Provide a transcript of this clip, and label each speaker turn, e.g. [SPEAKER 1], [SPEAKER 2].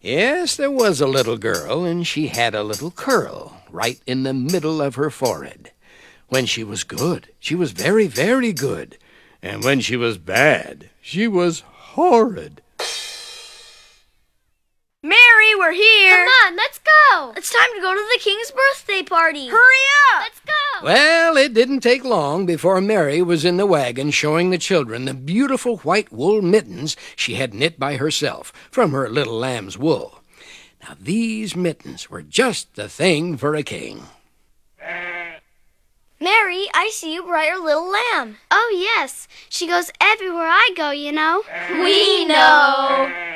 [SPEAKER 1] Yes, there was a little girl, and she had a little curl right in the middle of her forehead. When she was good, she was very, very good. And when she was bad, she was horrid.
[SPEAKER 2] Mary, we're here.
[SPEAKER 3] Come on, let's go. It's time to go to the king's birthday party.
[SPEAKER 2] Hurry up.
[SPEAKER 3] Let's go.
[SPEAKER 1] Well, it didn't take long before Mary was in the wagon showing the children the beautiful white wool mittens she had knit by herself from her little lamb's wool. Now, these mittens were just the thing for a king.
[SPEAKER 3] Mary, I see you brought your little lamb. Oh, yes. She goes everywhere I go, you know. We know.